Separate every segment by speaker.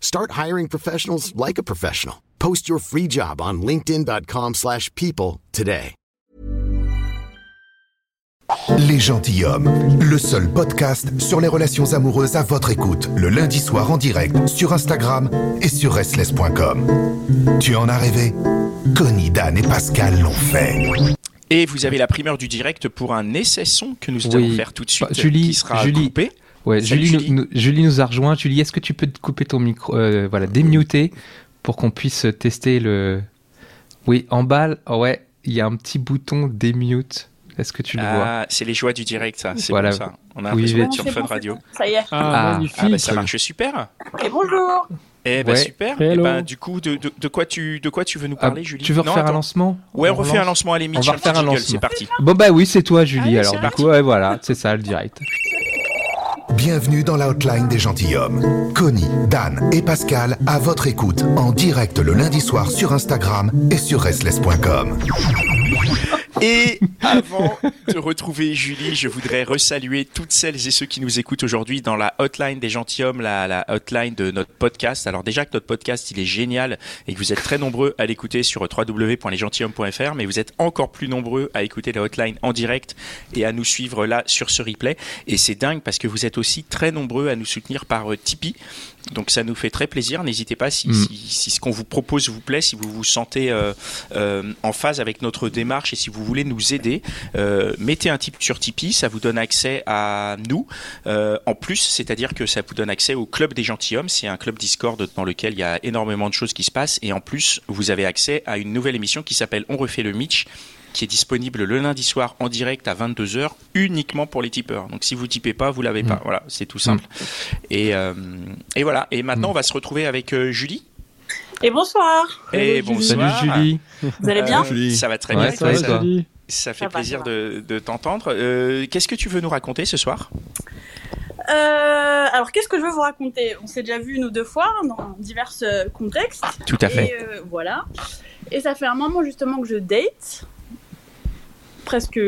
Speaker 1: Start hiring professionals like a professional. Post your free job on linkedin.com slash people today.
Speaker 2: Les Gentilhommes, le seul podcast sur les relations amoureuses à votre écoute, le lundi soir en direct sur Instagram et sur restless.com. Tu en as rêvé Connie, Dan et Pascal l'ont fait.
Speaker 3: Et vous avez la primeur du direct pour un essai son que nous allons
Speaker 4: Oui.
Speaker 3: faire tout de suite,
Speaker 4: Bah, Julie,
Speaker 3: qui sera
Speaker 4: Julie.
Speaker 3: coupé.
Speaker 4: Ouais,
Speaker 3: Salut,
Speaker 4: Julie,
Speaker 3: Julie.
Speaker 4: Nous, nous- Julie nous a rejoint. Julie, est-ce que tu peux te couper ton micro euh, Voilà, démuter pour qu'on puisse tester le. Oui, en bas, ouais, il y a un petit bouton démute. Est-ce que tu le vois
Speaker 3: Ah, c'est les joies du direct, ça. C'est
Speaker 4: Voilà.
Speaker 3: pour ça. On a
Speaker 4: Oui,
Speaker 3: l'impression
Speaker 4: je-
Speaker 3: d'être sur
Speaker 5: C'est
Speaker 3: Fun
Speaker 5: bon,
Speaker 3: Radio.
Speaker 5: c'est bon, Ça y est.
Speaker 4: Ah,
Speaker 6: Ah,
Speaker 3: Ah,
Speaker 6: magnifique.
Speaker 3: bah, ça marche super.
Speaker 5: Et bonjour.
Speaker 3: Eh ben
Speaker 4: Ouais.
Speaker 3: super. Eh
Speaker 6: Hello.
Speaker 3: ben, du coup, de, de- de quoi tu, de quoi tu veux nous
Speaker 4: Ah,
Speaker 3: parler, Julie
Speaker 4: Tu veux
Speaker 3: Non,
Speaker 4: refaire un
Speaker 3: attends.
Speaker 4: lancement
Speaker 3: Ouais, on refait un
Speaker 4: relance
Speaker 3: lancement. Allez, Mitch,
Speaker 4: va refaire un
Speaker 3: jingle,
Speaker 4: lancement.
Speaker 3: c'est parti.
Speaker 4: Bon, bah oui, c'est toi, Julie.
Speaker 3: Allez,
Speaker 4: alors,
Speaker 3: c'est
Speaker 4: du coup, ouais, voilà, c'est ça le direct.
Speaker 2: Bienvenue dans l'outline des gentilshommes. Connie, Dan et Pascal à votre écoute en direct le lundi soir sur Instagram et sur restless.com.
Speaker 3: Et avant de retrouver Julie, je voudrais resaluer toutes celles et ceux qui nous écoutent aujourd'hui dans la hotline des gentilshommes, la, la hotline de notre podcast. Alors déjà que notre podcast, il est génial et que vous êtes très nombreux à l'écouter sur www.lesgentilhommes.fr, mais vous êtes encore plus nombreux à écouter la hotline en direct et à nous suivre là sur ce replay. Et c'est dingue parce que vous êtes aussi très nombreux à nous soutenir par euh, Tipeee. Donc ça nous fait très plaisir. N'hésitez pas si,
Speaker 4: Mm.
Speaker 3: si, si ce qu'on vous propose vous plaît, si vous vous sentez euh, euh, en phase avec notre démarche et si vous voulez nous aider, euh, mettez un tip sur Tipeee, ça vous donne accès à nous. Euh, en plus, c'est-à-dire que ça vous donne accès au club des gentilshommes. C'est un club Discord dans lequel il y a énormément de choses qui se passent et en plus vous avez accès à une nouvelle émission qui s'appelle On refait le Mitch qui est disponible le lundi soir en direct à 22h uniquement pour les tipeurs. Donc si vous tipez pas, vous l'avez
Speaker 4: Mm.
Speaker 3: pas. Voilà, c'est tout simple. Et, euh, et voilà. Et
Speaker 4: Mm.
Speaker 3: maintenant, on va se retrouver avec euh, Julie.
Speaker 5: Et bonsoir.
Speaker 3: Et
Speaker 6: Hello, Julie.
Speaker 3: bonsoir.
Speaker 4: Salut, Julie.
Speaker 5: Vous allez bien
Speaker 3: Euh, Ça va très
Speaker 4: Ouais,
Speaker 3: bien.
Speaker 4: ça va,
Speaker 3: Ça,
Speaker 4: ça va.
Speaker 6: Salut.
Speaker 3: fait
Speaker 5: va,
Speaker 3: plaisir
Speaker 5: ça va.
Speaker 3: de, de t'entendre. Euh, Qu'est-ce que tu veux nous raconter ce soir
Speaker 5: Euh, Alors, qu'est-ce que je veux vous raconter On s'est déjà vu une ou deux fois dans divers euh, contextes.
Speaker 3: Tout à
Speaker 5: Et euh, voilà. Et ça fait un moment justement que je date, presque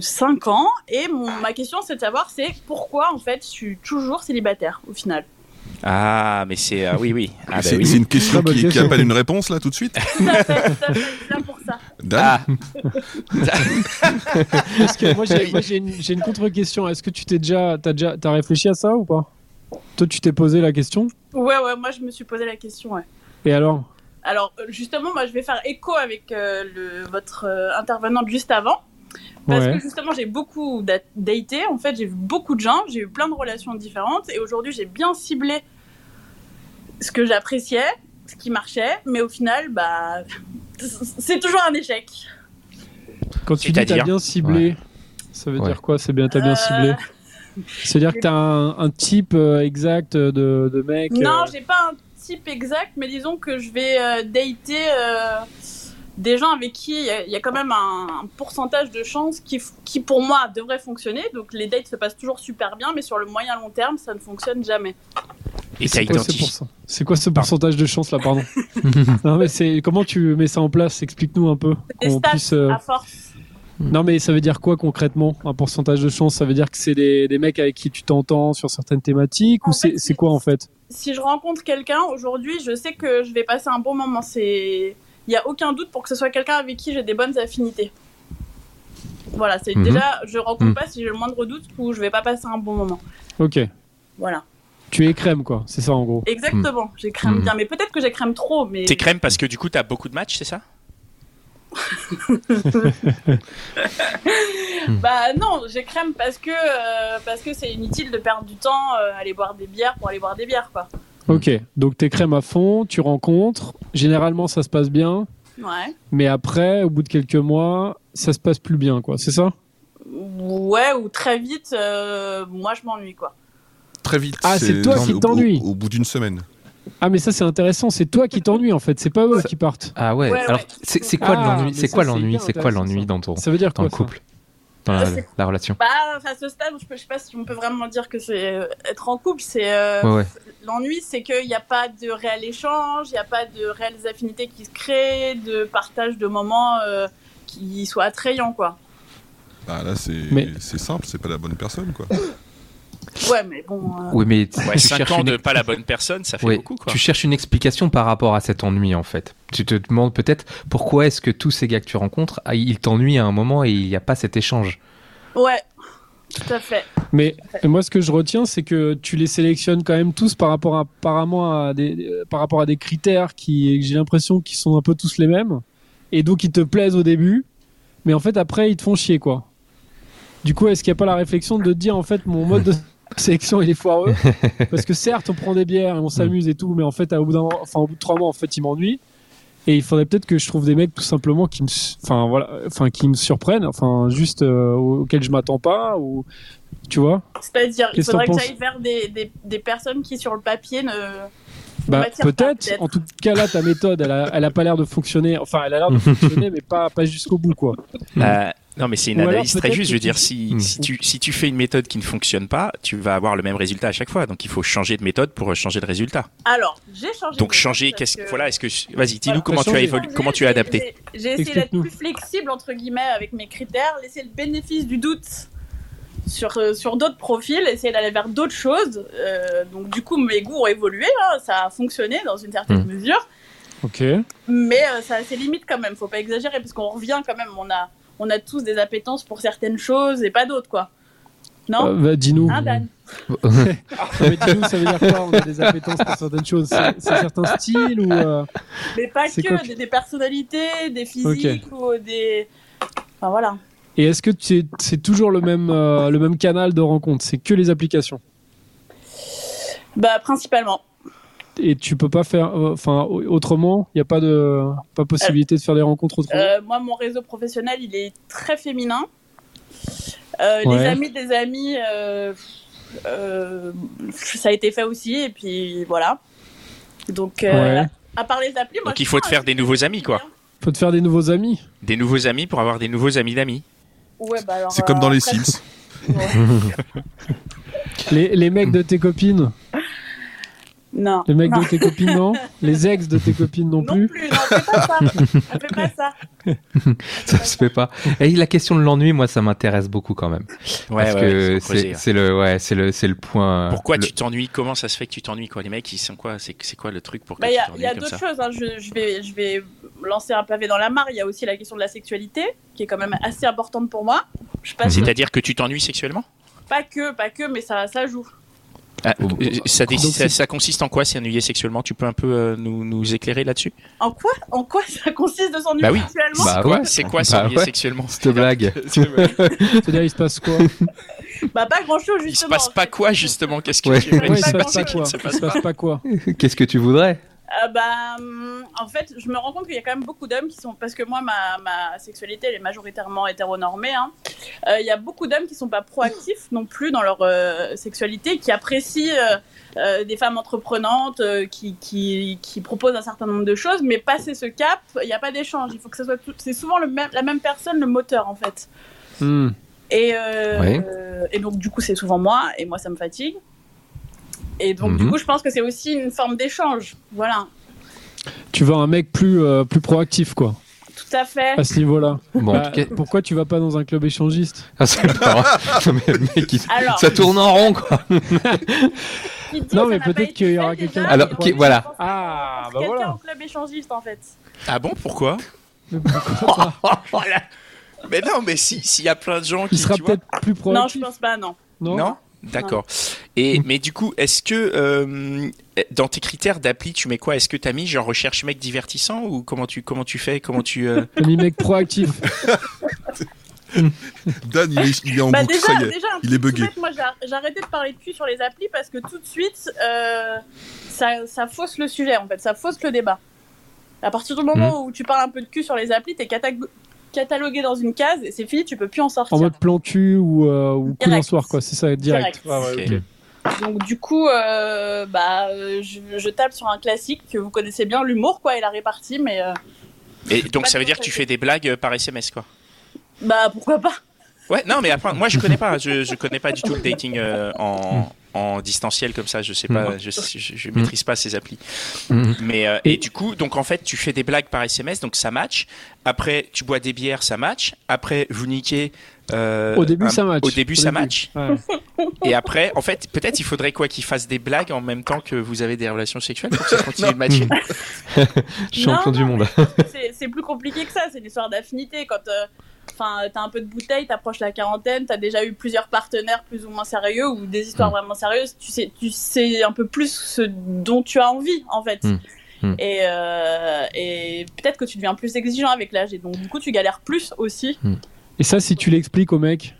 Speaker 5: 5 ans. Et mon, ma question, c'est de savoir, c'est pourquoi en fait je suis toujours célibataire au final.
Speaker 3: Ah, mais c'est euh, oui, oui. Ah, bah
Speaker 7: c'est
Speaker 3: oui.
Speaker 7: c'est une question
Speaker 6: Très bonne
Speaker 7: qui, qui
Speaker 6: question.
Speaker 7: appelle une réponse là tout de suite.
Speaker 5: Tout à fait, tout à fait, je suis là pour ça.
Speaker 7: Dan,
Speaker 6: Parce que moi, j'ai- moi, j'ai une, j'ai une contre-question. Est-ce que tu t'es déjà, t'as déjà, t'as réfléchi à ça ou pas Toi, tu t'es posé la question.
Speaker 5: Ouais, ouais, moi je me suis posé la question, ouais.
Speaker 6: Et alors
Speaker 5: Alors euh, justement, moi je vais faire écho avec euh, le, votre euh, intervenante juste avant. Parce
Speaker 6: Ouais.
Speaker 5: que justement, j'ai beaucoup da- daté. En fait, j'ai vu beaucoup de gens, j'ai eu plein de relations différentes. Et aujourd'hui, j'ai bien ciblé ce que j'appréciais, ce qui marchait. Mais au final, bah, c'est toujours un échec.
Speaker 6: Quand tu dis
Speaker 3: C'est-à-dire
Speaker 6: t'as bien ciblé, ça veut
Speaker 4: Ouais.
Speaker 6: dire quoi C'est bien, t'as bien ciblé.
Speaker 5: Euh,
Speaker 6: C'est-à-dire que t'as un, un type euh, exact de, de mec.
Speaker 5: Non,
Speaker 6: euh,
Speaker 5: j'ai pas un type exact, mais disons que je vais euh, dater euh, des gens avec qui il y, a- il y a quand même un, un pourcentage de chances qui, f- qui, pour moi, devrait fonctionner. Donc les dates se passent toujours super bien, mais sur le moyen long terme, ça ne fonctionne jamais.
Speaker 3: Et t'as
Speaker 6: c'est quoi ce
Speaker 3: identifié.
Speaker 6: pourcent- C'est quoi ce pourcentage de chance là, pardon Non mais c'est comment tu mets ça en place Explique-nous un peu.
Speaker 5: Des
Speaker 6: Qu'on
Speaker 5: stats
Speaker 6: puisse, euh,
Speaker 5: à force.
Speaker 6: Non, mais ça veut dire quoi concrètement Un pourcentage de chance, ça veut dire que c'est des, des mecs avec qui tu t'entends sur certaines thématiques
Speaker 5: En
Speaker 6: Ou
Speaker 5: fait,
Speaker 6: c'est c'est quoi en fait
Speaker 5: Si je rencontre quelqu'un aujourd'hui, je sais que je vais passer un bon moment. C'est, il y a aucun doute pour que ce soit quelqu'un avec qui j'ai des bonnes affinités. Voilà, c'est
Speaker 4: Mhm.
Speaker 5: déjà, je rencontre
Speaker 4: Mhm.
Speaker 5: pas si j'ai le moindre doute ou je vais pas passer un bon moment.
Speaker 6: Ok.
Speaker 5: Voilà.
Speaker 6: Tu es crème, quoi. C'est ça, en gros.
Speaker 5: Exactement, j'ai crème
Speaker 4: Mm.
Speaker 5: bien, mais peut-être que j'ai crème trop, mais
Speaker 3: T'es crème parce que du coup, t'as beaucoup de matchs, c'est ça
Speaker 5: bah non, j'ai crème parce que euh, parce que c'est inutile de perdre du temps euh, à aller boire des bières pour aller boire des bières quoi.
Speaker 6: Ok, donc t'es crème à fond, tu rencontres. Généralement, ça se passe bien.
Speaker 5: Ouais.
Speaker 6: Mais après, au bout de quelques mois, ça se passe plus bien, quoi. C'est ça
Speaker 5: Ouais, ou très vite, euh, moi je m'ennuie quoi.
Speaker 7: Très vite.
Speaker 6: Ah, c'est toi qui
Speaker 7: au-
Speaker 6: t'ennuies.
Speaker 7: Au, au bout d'une semaine.
Speaker 6: Ah, mais ça, c'est intéressant. C'est toi qui t'ennuies, en fait. C'est pas eux qui partent.
Speaker 4: Ah ouais.
Speaker 5: Ouais,
Speaker 4: Alors
Speaker 5: ouais.
Speaker 4: c'est c'est quoi
Speaker 6: Ah, mais
Speaker 4: l'ennui C'est
Speaker 6: ça,
Speaker 4: quoi
Speaker 6: c'est
Speaker 4: l'ennui
Speaker 6: hyper
Speaker 4: C'est quoi
Speaker 6: intéressant,
Speaker 4: l'ennui
Speaker 6: ça.
Speaker 4: dans ton
Speaker 6: Ça veut dire
Speaker 4: dans
Speaker 6: quoi
Speaker 4: le
Speaker 6: ça
Speaker 4: couple, dans la,
Speaker 5: c'est-
Speaker 4: la relation
Speaker 5: Bah, enfin, à ce stade, je, peux, je sais pas si on peut vraiment dire que c'est euh, être en couple. C'est euh,
Speaker 4: Ouais ouais.
Speaker 5: l'ennui, c'est qu'il n'y a pas de réel échange, il n'y a pas de réelles affinités qui se créent, de partage de moments euh, qui soient attrayants, quoi.
Speaker 7: Ah, là, c'est
Speaker 6: Mais-
Speaker 7: c'est simple, c'est pas la bonne personne, quoi.
Speaker 8: Bah,
Speaker 5: Ouais, mais bon.
Speaker 6: Ah.
Speaker 5: euh,
Speaker 4: Oui mais tu-
Speaker 3: Ouais,
Speaker 4: tu
Speaker 3: 5
Speaker 4: cherches
Speaker 3: ans
Speaker 4: une-
Speaker 3: de pas la bonne personne, ça fait
Speaker 4: Ouais,
Speaker 3: beaucoup, quoi.
Speaker 4: Tu cherches une explication par rapport à cet ennui en fait. Tu te demandes peut-être pourquoi est-ce que tous ces gars que tu rencontres, ah, ils t'ennuient à un moment et il n'y a pas cet échange.
Speaker 5: euh, Ouais, tout à fait.
Speaker 6: Mais moi, ce que je retiens, c'est que tu les sélectionnes quand même tous par rapport à, apparemment à des, euh, par rapport à des critères qui, j'ai l'impression, qu'ils sont un peu tous les mêmes. Et donc, ils te plaisent au début, mais en fait, après, ils te font chier, quoi. Du coup, est-ce qu'il n'y a pas la réflexion de te dire, en fait, mon mode de sélection, il est foireux Parce que certes, on prend des bières et on s'amuse et tout, mais en fait, à, au, bout d'un, moment- enfin, au bout de trois mois, en fait, ils m'ennuient. Et il faudrait peut-être que je trouve des mecs tout simplement qui me, su- enfin voilà, enfin qui me surprennent, enfin juste euh, auxquels je m'attends pas ou tu vois.
Speaker 5: C'est-à-dire, il
Speaker 6: Qu'est-ce
Speaker 5: faudrait
Speaker 6: t'en
Speaker 5: que
Speaker 6: penses
Speaker 5: j'aille vers des, des, des personnes qui, sur le papier, ne.
Speaker 6: Bah,
Speaker 5: m'attire pas,
Speaker 6: peut-être.
Speaker 5: peut-être.
Speaker 6: en tout cas, là, ta méthode, elle a, elle a pas l'air de fonctionner. Enfin, elle a l'air de fonctionner, mais pas, pas jusqu'au bout, quoi.
Speaker 3: Euh, non, mais c'est une
Speaker 6: Ou alors,
Speaker 3: analyse très
Speaker 6: peut-être
Speaker 3: juste.
Speaker 6: que
Speaker 3: Je veux
Speaker 6: tu-
Speaker 3: dire, si,
Speaker 4: Mm.
Speaker 3: si, tu, si tu fais une méthode qui ne fonctionne pas, tu vas avoir le même résultat à chaque fois. Donc, il faut changer de méthode pour euh, changer de résultat.
Speaker 5: Alors, j'ai changé.
Speaker 3: Donc,
Speaker 5: de
Speaker 3: changer,
Speaker 5: méthode
Speaker 3: qu'est-ce que.
Speaker 5: parce
Speaker 3: Voilà, est-ce que. Vas-y, dis-nous
Speaker 5: Voilà.
Speaker 3: comment, tu as
Speaker 6: Changer.
Speaker 3: évolué, comment tu as
Speaker 5: J'ai-
Speaker 3: adapté.
Speaker 5: j'ai- J'ai essayé d'être
Speaker 6: Explique-nous.
Speaker 5: plus flexible, entre guillemets, avec mes critères, laisser le bénéfice du doute sur, euh, sur d'autres profils, essayer d'aller vers d'autres choses. Euh, donc, du coup, mes goûts ont évolué, hein, ça a fonctionné dans une certaine
Speaker 3: Hmm.
Speaker 4: Mm.
Speaker 5: mesure,
Speaker 6: Ok.
Speaker 5: mais euh, ça a ses limites quand même, faut pas exagérer, parce qu'on revient quand même, on a, on a tous des appétences pour certaines choses et pas d'autres, quoi.
Speaker 6: Euh,
Speaker 5: Non
Speaker 6: bah, dis-nous. Ah,
Speaker 5: Hein, Dan
Speaker 6: Mais dis-nous, ça veut dire quoi On a des appétences pour certaines choses. C'est c'est certains styles ou euh,
Speaker 5: Mais pas
Speaker 6: C'est quoi
Speaker 5: que, des, des personnalités, des physiques ou des. Enfin, voilà.
Speaker 6: Et est-ce que tu es- c'est toujours le même, euh, le même canal de rencontre C'est que les applications.
Speaker 5: Bah, principalement.
Speaker 6: Et tu peux pas faire, euh, enfin, au- autrement. Il n'y a pas de, pas possibilité de faire des rencontres autrement.
Speaker 5: Euh, moi, mon réseau professionnel, il est très féminin. Euh, Les
Speaker 6: Ouais.
Speaker 5: amis des amis, euh, euh, ça a été fait aussi, et puis voilà. Donc, euh,
Speaker 6: Ouais.
Speaker 5: à part les applis, moi,
Speaker 3: Donc,
Speaker 5: je
Speaker 3: il faut te
Speaker 5: crois,
Speaker 3: faire
Speaker 5: hein,
Speaker 3: des
Speaker 5: c'est
Speaker 3: nouveaux
Speaker 5: bien.
Speaker 3: amis, quoi.
Speaker 6: Faut te faire des nouveaux amis.
Speaker 3: Des nouveaux amis pour avoir des nouveaux amis d'amis.
Speaker 5: Ouais, bah alors,
Speaker 7: C'est comme dans
Speaker 5: euh,
Speaker 7: les
Speaker 5: après,
Speaker 7: Sims.
Speaker 5: ouais.
Speaker 6: Les, les mecs de tes copines.
Speaker 5: Non.
Speaker 6: Les mecs
Speaker 5: non.
Speaker 6: de tes copines, non Les ex de tes copines, non,
Speaker 5: Non plus, non, fais pas ça. fais pas ça.
Speaker 4: Ça se fait pas. Et la question de l'ennui, moi, ça m'intéresse beaucoup quand même.
Speaker 3: Ouais,
Speaker 4: Parce
Speaker 3: ouais,
Speaker 4: que
Speaker 3: il faut creuser,
Speaker 4: c'est c'est le, ouais, c'est le, c'est le point. euh,
Speaker 3: Pourquoi
Speaker 4: le-
Speaker 3: tu t'ennuies Comment ça se fait que tu t'ennuies quoi Les mecs, ils sont quoi C'est c'est quoi le truc pour que
Speaker 5: Bah, Il
Speaker 3: tu
Speaker 5: y a, il y a
Speaker 3: t'ennuies comme
Speaker 5: d'autres
Speaker 3: ça
Speaker 5: choses. hein. Je, je vais, je vais lancer un pavé dans la mare. Il y a aussi la question de la sexualité, qui est quand même assez importante pour moi. Je sais pas, si-
Speaker 3: C'est-à-dire que tu t'ennuies sexuellement
Speaker 5: pas que, pas que, mais ça, ça joue.
Speaker 3: Ah,
Speaker 4: Oh,
Speaker 3: euh, ça, dé-
Speaker 6: donc
Speaker 3: ça-
Speaker 6: c'est-
Speaker 3: ça consiste en quoi s'ennuyer sexuellement Tu peux un peu euh, nous, nous éclairer là-dessus
Speaker 5: En quoi, en quoi ça consiste de s'ennuyer
Speaker 3: Bah oui.
Speaker 5: sexuellement
Speaker 4: Bah
Speaker 3: Quoi
Speaker 4: ouais.
Speaker 3: C'est quoi
Speaker 4: Bah
Speaker 3: s'ennuyer
Speaker 4: ouais.
Speaker 3: sexuellement
Speaker 4: Cette blague.
Speaker 6: C'est-à-dire, il se passe quoi Ouais,
Speaker 5: Bah pas grand chose justement.
Speaker 3: Il se passe
Speaker 5: en
Speaker 3: pas
Speaker 5: fait.
Speaker 3: quoi justement Qu'est-ce que
Speaker 4: Ouais.
Speaker 3: tu imagines
Speaker 6: il se passe
Speaker 5: pas
Speaker 6: pas
Speaker 3: qu'il
Speaker 6: quoi
Speaker 3: ne
Speaker 6: Il
Speaker 3: se
Speaker 6: se
Speaker 3: passe pas
Speaker 6: passe pas quoi
Speaker 4: Qu'est-ce que tu voudrais
Speaker 5: Euh, Bah hum, en fait, je me rends compte qu'il y a quand même beaucoup d'hommes qui sont parce que moi ma, ma sexualité elle est majoritairement hétéronormée. hein. Euh, Il y a beaucoup d'hommes qui sont pas proactifs non plus dans leur euh, sexualité, qui apprécient euh, euh, des femmes entreprenantes, euh, qui, qui qui proposent un certain nombre de choses, mais passer ce cap, il n'y a pas d'échange. Il faut que ce soit tout- c'est souvent le même la même personne le moteur en fait.
Speaker 6: Hmm.
Speaker 5: Et, euh,
Speaker 4: Ouais.
Speaker 5: euh, et donc, du coup, c'est souvent moi, et moi, ça me fatigue. Et donc, du
Speaker 4: Mhm.
Speaker 5: coup, je pense que c'est aussi une forme d'échange. Voilà,
Speaker 6: Tu veux un mec plus, euh, plus proactif, quoi,
Speaker 5: tout à fait.
Speaker 6: à ce niveau-là.
Speaker 4: Bon, en
Speaker 6: Bah,
Speaker 4: tout cas.
Speaker 3: Euh.
Speaker 6: Pourquoi tu vas pas dans un club échangiste
Speaker 4: Ah, c'est pas vrai. Non, mais le mec, il-
Speaker 5: Alors,
Speaker 4: Ça tourne en rond, quoi.
Speaker 5: qui dit
Speaker 6: Non,
Speaker 5: que ça n'a
Speaker 6: mais
Speaker 5: pas
Speaker 6: peut-être
Speaker 5: été
Speaker 6: qu'il y
Speaker 5: fait
Speaker 6: aura
Speaker 5: déjà,
Speaker 6: quelqu'un
Speaker 5: il
Speaker 4: Alors,
Speaker 5: faut
Speaker 4: qui-
Speaker 5: juste
Speaker 4: voilà.
Speaker 5: penser
Speaker 6: Ah,
Speaker 7: bah
Speaker 5: à quelqu'un au club échangiste, en fait.
Speaker 3: Ah bon Pourquoi
Speaker 6: Mais pourquoi pas
Speaker 3: Voilà. Oh Mais non, mais si- s'il y a plein de gens qui
Speaker 6: Il sera
Speaker 3: tu vois,
Speaker 6: peut-être plus
Speaker 5: non,
Speaker 6: proactif.
Speaker 5: je pense pas, non.
Speaker 3: non D'accord. Et mais du coup, est-ce que euh, dans tes critères d'appli, tu mets quoi Est-ce que tu as mis genre recherche mec divertissant ou comment tu comment tu fais Comment tu euh,
Speaker 6: T'as mis mec proactif.
Speaker 7: Dan, il est, il est en
Speaker 5: Bah
Speaker 7: boucle,
Speaker 5: déjà,
Speaker 7: Oh, ça y est.
Speaker 5: déjà, un
Speaker 7: il
Speaker 5: truc
Speaker 7: est
Speaker 5: tout
Speaker 7: bugué.
Speaker 5: bête, Moi, j'ai j'ai arrêté de parler de cul sur les applis parce que tout de suite, euh, ça, ça fausse le sujet, en fait. Ça fausse le débat. À partir du moment
Speaker 4: Mhm.
Speaker 5: où tu parles un peu de cul sur les applis, t'es cata- catalogué dans une case et c'est fini, tu peux plus en sortir.
Speaker 6: en mode plan cul ou, euh, ou coup d'un soir, quoi. C'est ça,
Speaker 5: Direct.
Speaker 6: direct. Ah Ouais,
Speaker 3: Ok.
Speaker 6: ouais, ok.
Speaker 5: Donc du coup, euh, bah, euh, je, je tape sur un classique que vous connaissez bien, l'humour, quoi, et la répartie, mais euh,
Speaker 3: Et donc ça veut dire que tu fais des blagues euh, par SMS quoi
Speaker 5: bah pourquoi pas
Speaker 3: Ouais, non, mais après, moi je connais pas, je, je connais pas du tout le dating euh, en,
Speaker 6: Mm.
Speaker 3: en distanciel comme ça, je sais pas, je, je, je maîtrise pas ces applis.
Speaker 4: Mm.
Speaker 3: Mais euh, et,
Speaker 4: Et-
Speaker 3: du coup, donc en fait, tu fais des blagues par SMS, donc ça match. Après, tu bois des bières, ça match. Après, vous niquez. euh,
Speaker 6: Au début,
Speaker 3: un-
Speaker 6: ça match.
Speaker 3: Au début, ça
Speaker 6: début.
Speaker 3: match.
Speaker 6: Ouais.
Speaker 3: Et après, en fait, peut-être il faudrait quoi qu'ils fassent des blagues en même temps que vous avez des relations sexuelles pour que ça continue de matcher.
Speaker 4: Champion
Speaker 5: Non,
Speaker 4: du
Speaker 5: non,
Speaker 4: monde.
Speaker 5: C'est c'est plus compliqué que ça, c'est une histoire d'affinité. Quand euh, enfin, t'as un peu de bouteille, t'approches la quarantaine, t'as déjà eu plusieurs partenaires plus ou moins sérieux ou des histoires vraiment sérieuses, tu sais, tu sais un peu plus ce dont tu as envie en fait.
Speaker 4: Mm. Mm.
Speaker 5: Et, euh, et peut-être que tu deviens plus exigeant avec l'âge et donc du coup tu galères plus aussi.
Speaker 6: Et ça, si tu l'expliques au mec,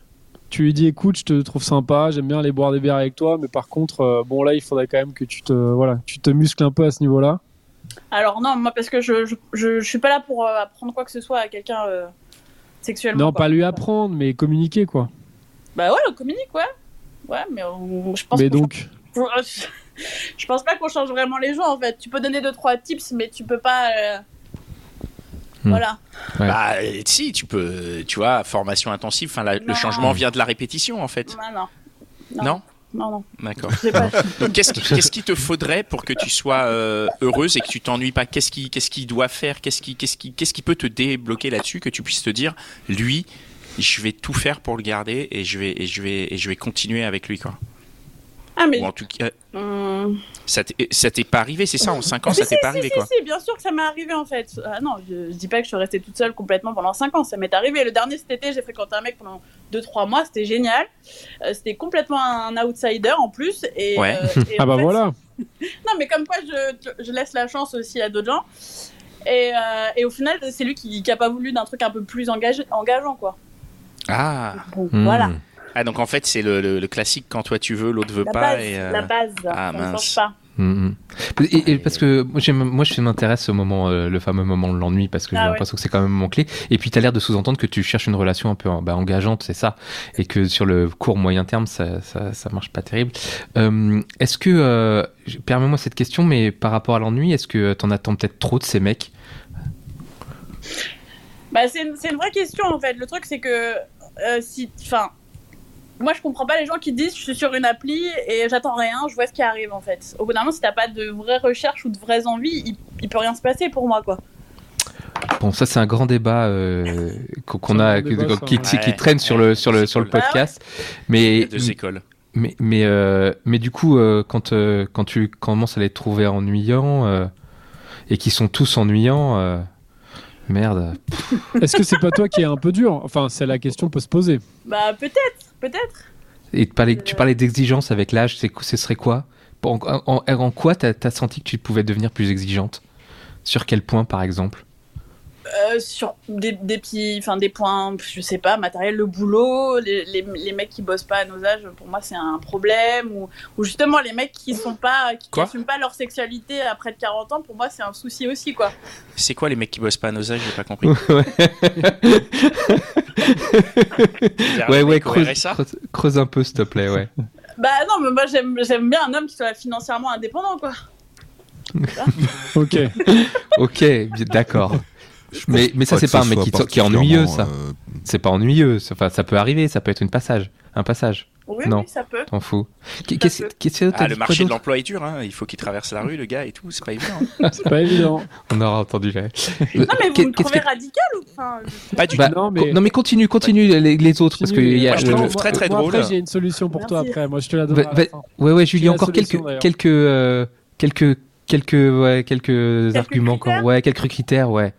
Speaker 6: tu lui dis écoute, je te trouve sympa, j'aime bien aller boire des bières avec toi, mais par contre, euh, bon là, il faudrait quand même que tu te, voilà, tu te muscles un peu à ce niveau-là.
Speaker 5: Alors non, moi parce que je, je, je, je suis pas là pour euh, apprendre quoi que ce soit à quelqu'un euh, sexuellement.
Speaker 6: Non,
Speaker 5: quoi.
Speaker 6: pas lui apprendre, mais communiquer quoi.
Speaker 5: Bah ouais, on communique, ouais. Ouais, mais on- je pense
Speaker 6: Mais
Speaker 5: que
Speaker 6: donc,
Speaker 5: Je pense pas qu'on change vraiment les gens en fait. Tu peux donner deux trois tips, mais tu peux pas. euh,
Speaker 4: Hmm.
Speaker 5: Voilà.
Speaker 4: Ouais.
Speaker 3: Bah, euh, si, tu peux, tu vois, formation intensive. Enfin, la- le
Speaker 5: Non.
Speaker 3: changement vient de la répétition en fait.
Speaker 5: Non, non.
Speaker 3: Non
Speaker 5: Non, non.
Speaker 3: D'accord.
Speaker 5: J'ai pas-
Speaker 3: Donc, qu'est-ce qui- qu'est-ce qu'il te faudrait pour que tu sois euh, heureuse et que tu t'ennuies pas Qu'est-ce qui, qu'est-ce qui doit faire Qu'est-ce qui, qu'est-ce qui, qu'est-ce qui peut te débloquer là-dessus que tu puisses te dire, lui, je vais tout faire pour le garder et je vais, et je vais, et je vais continuer avec lui quoi.
Speaker 5: Ah, mais.
Speaker 3: Ou en tout cas,
Speaker 5: Hum,
Speaker 3: ça t'est ça t'est pas arrivé, c'est ça En 5 ans,
Speaker 5: Si,
Speaker 3: Oh, ça t'est pas arrivé
Speaker 5: Si,
Speaker 3: quoi
Speaker 5: si, bien sûr que ça m'est arrivé en fait. Ah non, je, je dis pas que je suis restée toute seule complètement pendant 5 ans. Ça m'est arrivé. Le dernier cet été, j'ai fréquenté un mec pendant 2-3 mois. C'était génial. Euh, C'était complètement un outsider en plus. Et,
Speaker 3: Ouais.
Speaker 5: euh, et
Speaker 6: ah
Speaker 5: en
Speaker 6: bah
Speaker 5: fait,
Speaker 6: voilà.
Speaker 5: Non, mais comme quoi, je, je laisse la chance aussi à d'autres gens. Et, euh, et au final, c'est lui qui, qui a pas voulu d'un truc un peu plus engagé, engageant, quoi.
Speaker 3: Ah,
Speaker 5: Bon, voilà.
Speaker 4: Mm.
Speaker 3: ah donc en fait c'est le, le- le classique quand toi tu veux, l'autre veut
Speaker 5: La
Speaker 3: pas.
Speaker 5: base,
Speaker 3: et, euh,
Speaker 5: la base,
Speaker 3: ah,
Speaker 5: ça ne
Speaker 3: mince.
Speaker 5: change pas.
Speaker 4: Mm, mm. Et, et parce que moi, j'aime- moi, je m'intéresse au moment, euh, le fameux moment de l'ennui, parce que j'ai
Speaker 5: Ah ouais.
Speaker 4: l'impression que c'est quand même mon clé. Et puis, tu as l'air de sous-entendre que tu cherches une relation un peu bah, engageante, c'est ça. Et que sur le court moyen terme, ça, ça, ça marche pas terrible. Euh, est-ce que, euh, j- permets-moi cette question, mais par rapport à l'ennui, est-ce que t'en attends peut-être trop de ces mecs
Speaker 5: Bah, c'est une, c'est une vraie question, en fait. Le truc, c'est que euh, si. Enfin. Moi, je comprends pas les gens qui disent je suis sur une appli et j'attends rien, je vois ce qui arrive, en fait. Au bout d'un moment, si t'as pas de vraies recherches ou de vraies envies, il, il peut rien se passer pour moi, quoi.
Speaker 4: Bon, ça, c'est un grand débat euh, qu'on- qu'on
Speaker 6: C'est un
Speaker 4: a,
Speaker 6: grand débat,
Speaker 4: que-
Speaker 6: ça,
Speaker 4: qui,
Speaker 6: ouais.
Speaker 4: qui- qui
Speaker 3: Ouais,
Speaker 4: traîne sur
Speaker 3: hein. ouais,
Speaker 4: le, sur le,
Speaker 3: c'est
Speaker 4: sur le
Speaker 3: cool.
Speaker 4: podcast.
Speaker 3: il y
Speaker 4: Mais,
Speaker 3: a deux écoles.
Speaker 4: Mais, mais, euh, mais du coup, euh, quand, euh, quand tu commences à les trouver ennuyants euh, et qu'ils sont tous ennuyants, euh, merde.
Speaker 6: Est-ce que c'est pas toi qui est un peu dur Enfin, c'est la question peut se poser.
Speaker 5: Bah, peut-être, peut-être.
Speaker 4: Et tu parlais, tu parlais d'exigence avec l'âge, c'est, ce serait quoi en, en, en quoi t'as, t'as senti que tu pouvais devenir plus exigeante Sur quel point, par exemple
Speaker 5: Euh, sur des, des petits, enfin des points, je sais pas, matériel, le boulot, les, les, les mecs qui bossent pas à nos âges, pour moi c'est un problème, ou, ou justement les mecs qui sont pas, qui
Speaker 3: Quoi
Speaker 5: n'assument pas leur sexualité après de 40 ans, pour moi c'est un souci aussi quoi.
Speaker 3: C'est quoi les mecs qui bossent pas à nos âges J'ai pas compris.
Speaker 4: Ouais, ouais, ouais, creuse,
Speaker 3: creuse.
Speaker 4: creuse- creuse un peu, s'il te plaît, ouais.
Speaker 5: Bah non, mais moi j'aime, j'aime bien un homme qui soit financièrement indépendant quoi.
Speaker 6: Ok.
Speaker 4: ok, bi- d'accord. Mais, mais ça,
Speaker 7: Pas
Speaker 4: c'est
Speaker 7: que
Speaker 4: pas un
Speaker 7: ce
Speaker 4: mec qui,
Speaker 7: soit
Speaker 4: qui est ennuyeux, ça.
Speaker 7: particulièrement, euh,
Speaker 4: C'est pas ennuyeux, c'est- enfin, ça peut arriver, ça peut être une passage, un passage.
Speaker 5: Oui,
Speaker 4: Non.
Speaker 5: oui, ça peut.
Speaker 4: T'en fous. Qu'est- Qu'est-ce
Speaker 5: peut.
Speaker 4: qu'est-ce que t'as
Speaker 3: Ah,
Speaker 4: dit
Speaker 3: le
Speaker 4: quoi
Speaker 3: marché de
Speaker 4: d'autre
Speaker 3: l'emploi est dur, hein. il faut qu'il traverse la rue, le gars et tout, c'est pas évident. hein.
Speaker 6: C'est pas évident.
Speaker 4: On aura entendu. ouais.
Speaker 5: Non mais vous
Speaker 4: Qu'est-
Speaker 5: me
Speaker 4: Euh, qu'est-ce
Speaker 5: trouvez
Speaker 4: que-
Speaker 5: radical ou hein, enfin, je-
Speaker 3: Pas du
Speaker 4: Bah,
Speaker 6: Non,
Speaker 4: co-
Speaker 6: mais-
Speaker 4: non mais continue, continue les, les autres parce que il y a.
Speaker 3: Moi, je te
Speaker 4: le-
Speaker 6: Attends,
Speaker 3: trouve très, très
Speaker 6: moi,
Speaker 3: drôle. Bah,
Speaker 6: Après, j'ai une solution pour toi
Speaker 5: Merci.
Speaker 6: après. Moi, je te la donne.
Speaker 4: Va- va- Ouais ouais, Julie,
Speaker 6: J'ai la
Speaker 4: encore
Speaker 6: solution,
Speaker 4: quelques
Speaker 6: d'ailleurs.
Speaker 4: quelques euh, quelques quelques ouais, quelques, arguments encore.
Speaker 5: critères
Speaker 4: Ouais, quelques critères, ouais.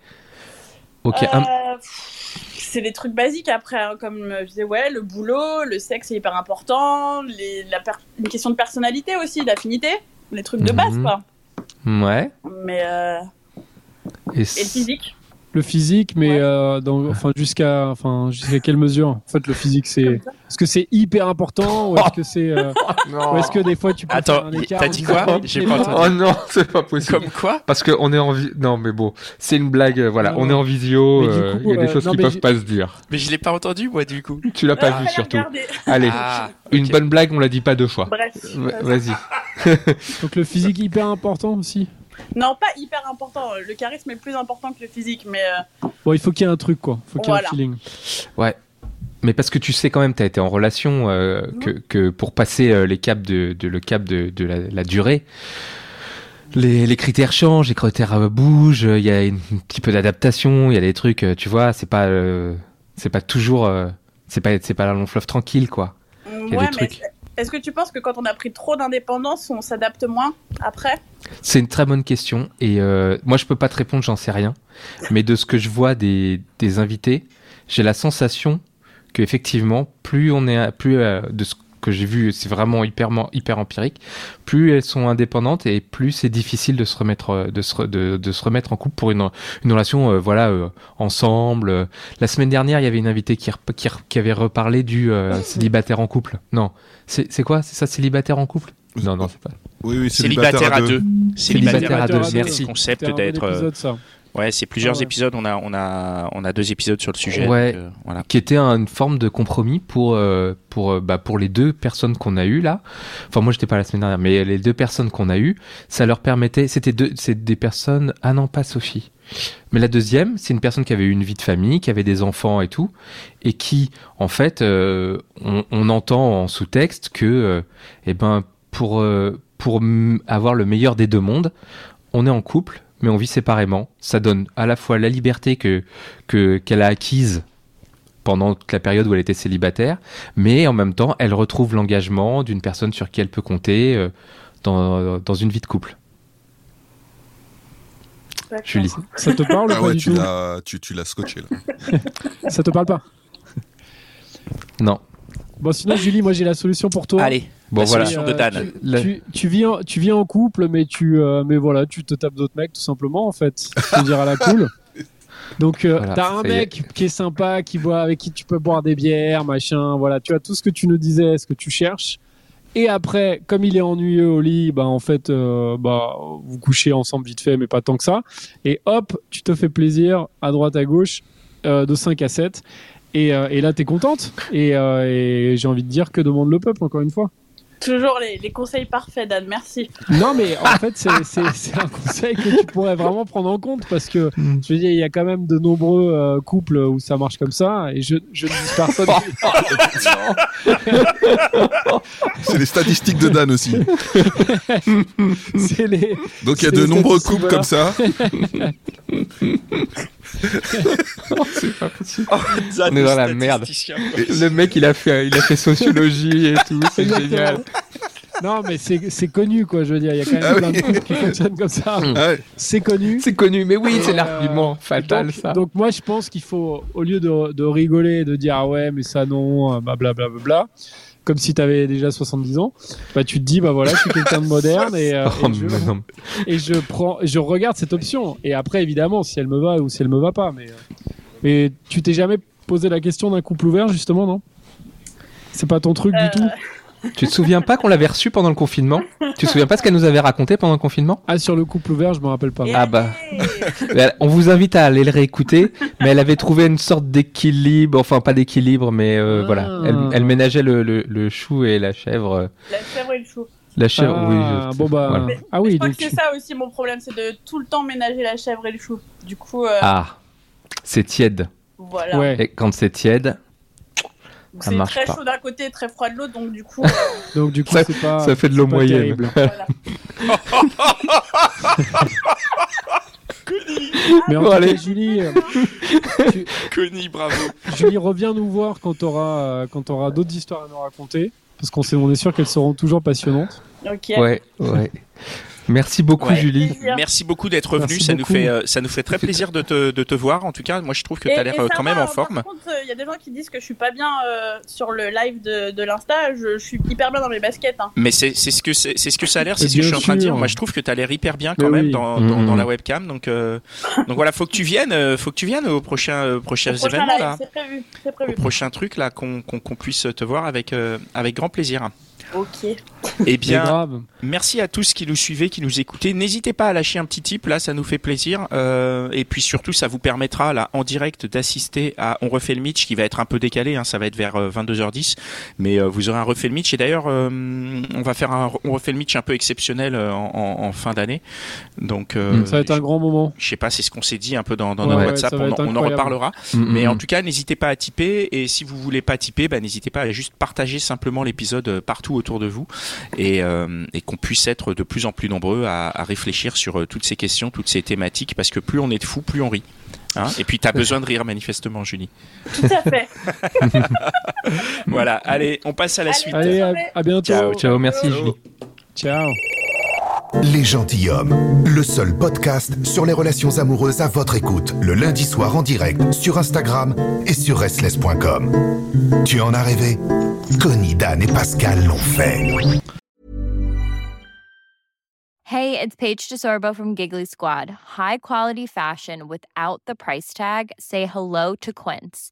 Speaker 4: Ok, un-
Speaker 5: Euh, pff, c'est des trucs basiques après, hein, comme euh, je disais, ouais, le boulot, le sexe est hyper important, les, la per- une question de personnalité aussi, d'affinité, les trucs de base,
Speaker 4: Mhm.
Speaker 5: quoi.
Speaker 4: Ouais.
Speaker 5: Mais, euh,
Speaker 4: Et
Speaker 5: et le physique,
Speaker 6: Le physique, mais
Speaker 5: Ouais.
Speaker 6: euh, dans, enfin jusqu'à, enfin jusqu'à quelle mesure En fait, le physique, c'est
Speaker 5: Comme ça.
Speaker 6: est-ce que c'est hyper important ou est-ce que c'est, euh,
Speaker 4: Non.
Speaker 6: ou est-ce que des fois tu peux
Speaker 3: Oh Attends,
Speaker 6: faire un écart
Speaker 3: t'as
Speaker 6: en
Speaker 3: dit
Speaker 6: disant,
Speaker 3: quoi
Speaker 6: oui,
Speaker 3: J'ai
Speaker 6: mais
Speaker 3: pas
Speaker 6: non.
Speaker 3: entendu.
Speaker 4: Oh non, c'est pas possible.
Speaker 3: Comme quoi
Speaker 4: Parce qu'on est en vi- Non, mais bon, c'est une blague. euh, Voilà,
Speaker 6: Non,
Speaker 4: on
Speaker 6: non.
Speaker 4: est en visio.
Speaker 6: Mais du
Speaker 4: euh,
Speaker 6: coup,
Speaker 4: Il y a des
Speaker 6: euh,
Speaker 4: choses
Speaker 6: non,
Speaker 4: qui
Speaker 6: mais
Speaker 4: peuvent
Speaker 6: j'ai-
Speaker 4: pas se dire.
Speaker 3: Mais je l'ai pas entendu moi du coup.
Speaker 4: Tu l'as
Speaker 5: Ah,
Speaker 4: pas vu
Speaker 5: fallait
Speaker 4: surtout.
Speaker 5: regarder.
Speaker 4: Allez,
Speaker 3: Ah,
Speaker 4: une
Speaker 3: ok.
Speaker 4: bonne blague, on l'a dit pas deux fois.
Speaker 5: Bref. Euh,
Speaker 4: Va- Vas-y.
Speaker 6: Donc le physique hyper important aussi.
Speaker 5: Non, pas hyper important. Le charisme est plus important que le physique, mais euh,
Speaker 6: Bon, il faut qu'il y ait un truc quoi. Il faut qu'il y ait
Speaker 5: Voilà.
Speaker 6: un feeling.
Speaker 4: Mais parce que tu sais quand même, tu as été en relation euh, que, que pour passer euh, les caps de, de- le cap de, de la, la durée, les, les critères changent, les critères euh, bougent, il y a une- un petit peu d'adaptation, il y a des trucs, euh, tu vois, c'est pas euh, c'est pas toujours euh, c'est pas c'est pas un long fleuve tranquille quoi. Il y a
Speaker 5: ouais,
Speaker 4: des
Speaker 5: mais
Speaker 4: trucs.
Speaker 5: est-ce- est-ce que tu penses que quand on a pris trop d'indépendance, on s'adapte moins après
Speaker 4: C'est une très bonne question et euh, moi je peux pas te répondre, j'en sais rien. Mais de ce que je vois des, des invités, j'ai la sensation que effectivement, plus on est, à- plus euh, de ce que j'ai vu, c'est vraiment hyper hyper empirique. Plus elles sont indépendantes et plus c'est difficile de se remettre euh, de se, re- de, de se remettre en couple pour une une relation euh, voilà euh, ensemble. euh. La semaine dernière, il y avait une invitée qui rep- qui, re- qui avait reparlé du euh, célibataire en couple. Non, c'est c'est quoi C'est ça célibataire en couple Non non, c'est pas.
Speaker 7: Oui, oui,
Speaker 3: Célibataire à deux.
Speaker 4: Célibataire à deux,
Speaker 3: c'est
Speaker 4: merci.
Speaker 3: le concept
Speaker 6: C'était un bon
Speaker 3: d'être. euh,
Speaker 6: épisode, ça.
Speaker 3: Ouais, c'est plusieurs
Speaker 6: Ah ouais.
Speaker 3: épisodes. On a, on a, on a deux épisodes sur le sujet.
Speaker 4: Ouais.
Speaker 3: donc, euh, voilà.
Speaker 4: qui était un- une forme de compromis pour euh, pour euh, bah, pour les deux personnes qu'on a eues là. Enfin moi j'étais pas la semaine dernière, mais les deux personnes qu'on a eues, ça leur permettait. C'était deux, c'est des personnes. Ah non pas Sophie, mais la deuxième, c'est une personne qui avait eu une vie de famille, qui avait des enfants et tout, et qui en fait euh, on, on entend en sous-texte que euh, eh ben pour euh, pour mm, avoir le meilleur des deux mondes, on est en couple. Mais on vit séparément. Ça donne à la fois la liberté que que- qu'elle a acquise pendant toute la période où elle était célibataire, mais en même temps, elle retrouve l'engagement d'une personne sur qui elle peut compter euh, dans, dans une vie de couple. Julie.
Speaker 6: Ça te parle ou
Speaker 7: Ah
Speaker 6: pas
Speaker 7: ouais,
Speaker 6: du
Speaker 7: tu
Speaker 6: tout
Speaker 7: l'as, tu, tu l'as scotché là.
Speaker 6: Ça te parle pas
Speaker 4: Non.
Speaker 6: Bon, sinon Julie, moi j'ai la solution pour toi.
Speaker 3: Allez,
Speaker 4: Bon,
Speaker 3: la
Speaker 4: voilà.
Speaker 3: solution
Speaker 6: Euh,
Speaker 3: de Dan.
Speaker 6: Tu,
Speaker 4: La-
Speaker 6: tu- tu vis en, tu vis en couple, mais tu, euh, mais voilà, tu te tapes d'autres mecs tout simplement en fait. Je te dire à la cool. Donc euh,
Speaker 4: Voilà,
Speaker 6: t'as un
Speaker 4: ça y est.
Speaker 6: mec qui est sympa, qui boit, avec qui tu peux boire des bières, machin. Voilà, tu as tout ce que tu nous disais, ce que tu cherches. Et après, comme il est ennuyeux au lit, bah en fait, euh, bah vous couchez ensemble vite fait, mais pas tant que ça. Et hop, tu te fais plaisir à droite à gauche, euh, de 5 à 7. Et, euh, et là, t'es contente. Et, euh, et j'ai envie de dire que demande le peuple, encore une fois.
Speaker 5: Toujours les, les conseils parfaits, Dan, merci.
Speaker 6: Non, mais en fait, c'est- c'est c'est un conseil que tu pourrais vraiment prendre en compte parce que
Speaker 4: Hmm.
Speaker 6: je veux dire, il y a quand même de nombreux euh, couples où ça marche comme ça et je, je ne dis personne.
Speaker 4: Oh.
Speaker 7: C'est les statistiques de Dan aussi.
Speaker 6: c'est les.
Speaker 7: Donc il y a
Speaker 6: C'est
Speaker 7: de
Speaker 6: les
Speaker 7: nombreux
Speaker 6: statistiques,
Speaker 7: couples
Speaker 6: voilà.
Speaker 7: comme ça.
Speaker 4: On est dans la merde. Le mec, il a fait, il a fait sociologie et tout, c'est
Speaker 6: Exactement.
Speaker 4: génial.
Speaker 6: Non, mais c'est c'est connu quoi. Je veux dire, il y a quand même
Speaker 7: Ah
Speaker 6: plein
Speaker 7: oui.
Speaker 6: de couples qui fonctionnent comme ça.
Speaker 7: Ah ouais.
Speaker 6: C'est connu.
Speaker 4: Hmm. C'est connu, mais oui, c'est
Speaker 6: Euh,
Speaker 4: l'argument fatal
Speaker 6: donc,
Speaker 4: ça.
Speaker 6: donc moi je pense qu'il faut, au lieu de, de rigoler, de dire ah ouais mais ça non, bah, blablabla, comme si t'avais déjà 70 ans, bah tu te dis bah voilà je suis quelqu'un de moderne et, euh,
Speaker 4: Oh,
Speaker 6: et je,
Speaker 4: mais non.
Speaker 6: et je prends, je regarde cette option et après évidemment si elle me va ou si elle me va pas, mais euh, mais tu t'es jamais posé la question d'un couple ouvert justement non C'est pas ton truc
Speaker 5: Euh,
Speaker 6: du tout.
Speaker 4: Tu te souviens pas qu'on l'avait reçu pendant le confinement Tu te souviens pas ce qu'elle nous avait raconté pendant le confinement
Speaker 6: Ah sur le couple ouvert je me rappelle pas.
Speaker 5: Et
Speaker 4: Ah bah.
Speaker 5: allez
Speaker 4: Elle- On vous invite à aller le réécouter, mais elle avait trouvé une sorte d'équilibre, enfin pas d'équilibre, mais euh,
Speaker 6: Ah.
Speaker 4: voilà, elle, elle ménageait le, le- le chou et la chèvre. euh,
Speaker 5: La chèvre et le chou.
Speaker 4: La chèvre,
Speaker 6: Ah,
Speaker 4: oui. je-
Speaker 6: bon bah
Speaker 4: voilà.
Speaker 6: ah
Speaker 5: je
Speaker 6: oui
Speaker 5: crois
Speaker 6: donc
Speaker 5: que c'est ça aussi mon problème, c'est de tout le temps ménager la chèvre et le chou. Du coup, euh,
Speaker 4: Ah, c'est tiède.
Speaker 5: voilà.
Speaker 6: ouais
Speaker 4: Et quand c'est tiède,
Speaker 5: Donc,
Speaker 4: ça
Speaker 5: c'est
Speaker 4: marche
Speaker 5: très
Speaker 4: pas.
Speaker 5: chaud d'un côté et très froid de l'autre, donc du coup, euh,
Speaker 6: donc du coup
Speaker 4: Ça-
Speaker 6: c'est pas
Speaker 4: ça fait de l'eau
Speaker 6: Ah, c'est pas
Speaker 4: moyenne.
Speaker 6: terrible.
Speaker 5: voilà.
Speaker 6: Mais en
Speaker 4: Bon,
Speaker 6: tout cas,
Speaker 4: allez.
Speaker 6: Julie. euh,
Speaker 3: Connie, bravo.
Speaker 6: Julie, reviens nous voir quand t'auras euh, quand t'auras d'autres histoires à nous raconter, parce qu'on sait, on est sûr qu'elles seront toujours passionnantes.
Speaker 5: Ok.
Speaker 4: Ouais, ouais. Merci beaucoup,
Speaker 3: Ouais.
Speaker 4: Julie.
Speaker 5: Plaisir.
Speaker 3: Merci beaucoup d'être revenu.
Speaker 6: Merci
Speaker 3: ça,
Speaker 6: beaucoup.
Speaker 3: Nous fait, euh, ça nous fait très plaisir de te, de te voir. En tout cas, moi, je trouve que tu
Speaker 5: Et-
Speaker 3: as
Speaker 5: et
Speaker 3: l'air
Speaker 5: ça
Speaker 3: euh, quand
Speaker 5: va,
Speaker 3: même en
Speaker 5: par
Speaker 3: forme.
Speaker 5: contre, il y a des gens qui disent que je suis pas bien euh, sur le live de, de l'Insta. Je, je suis hyper bien dans mes baskets. hein.
Speaker 3: Mais c'est c'est ce, que c'est c'est ce que ça a l'air, c'est
Speaker 6: Et
Speaker 3: ce que je
Speaker 6: bien
Speaker 3: suis en train de
Speaker 6: sûr.
Speaker 3: dire. Moi, je trouve que tu as l'air hyper bien quand
Speaker 6: Mais
Speaker 3: même
Speaker 6: oui. Mmh,
Speaker 3: dans, dans,
Speaker 4: Mhm.
Speaker 3: dans la webcam. Donc, euh, donc voilà, faut que tu viennes, euh, faut que tu viennes au prochain, euh, prochain
Speaker 5: Au prochain
Speaker 3: événement,
Speaker 5: live,
Speaker 3: là.
Speaker 5: c'est prévu. C'est
Speaker 3: Au
Speaker 5: prévu.
Speaker 3: prochain truc, là, qu'on qu'on- qu'on puisse te voir avec, euh, avec grand plaisir.
Speaker 5: Ok.
Speaker 3: Eh
Speaker 6: C'est
Speaker 3: bien,
Speaker 6: grave.
Speaker 3: Merci à tous qui nous suivaient, qui nous écoutaient. N'hésitez pas à lâcher un petit tip, là, ça nous fait plaisir. Euh, et puis surtout, ça vous permettra, là, en direct, d'assister à On refait le Mitch, qui va être un peu décalé, hein, ça va être vers euh, 22h10. Mais euh, vous aurez un refait le Mitch. Et d'ailleurs, euh, on va faire un On refait le Mitch un peu exceptionnel euh, en, en- en fin d'année. Donc, euh,
Speaker 4: Mm.
Speaker 6: Mmh, Ça va être un grand moment.
Speaker 3: je sais pas, c'est ce qu'on s'est dit un peu dans, dans
Speaker 6: Ouais,
Speaker 3: notre
Speaker 6: ouais,
Speaker 3: WhatsApp,
Speaker 6: ça va
Speaker 3: on,
Speaker 6: être
Speaker 3: en- on en
Speaker 6: incroyable.
Speaker 3: reparlera.
Speaker 4: Mm,
Speaker 3: Mais
Speaker 4: mm,
Speaker 3: en
Speaker 4: mm.
Speaker 3: tout cas, n'hésitez pas à tiper. Et si vous voulez pas tiper, bah, n'hésitez pas à juste partager simplement l'épisode euh, partout autour de vous et, euh, et qu'on puisse être de plus en plus nombreux à, à réfléchir sur euh, toutes ces questions, toutes ces thématiques, parce que plus on est de fous, plus on rit. Hein et puis, tu as besoin de rire, manifestement, Julie.
Speaker 5: Tout à fait.
Speaker 3: Voilà, allez, on passe à la
Speaker 5: Allez.
Speaker 3: suite.
Speaker 6: Allez, à, à bientôt.
Speaker 3: Ciao,
Speaker 4: Ciao,
Speaker 3: euh,
Speaker 4: merci, Julie.
Speaker 6: Ciao.
Speaker 2: Les gentilshommes, le seul podcast sur les relations amoureuses à votre écoute, le lundi soir en direct sur Instagram et sur restless.com. Tu en as rêvé Connie, Dan et Pascal l'ont fait.
Speaker 8: Hey, it's Paige DeSorbo from Giggly Squad. High quality fashion without the price tag. Say hello to Quince.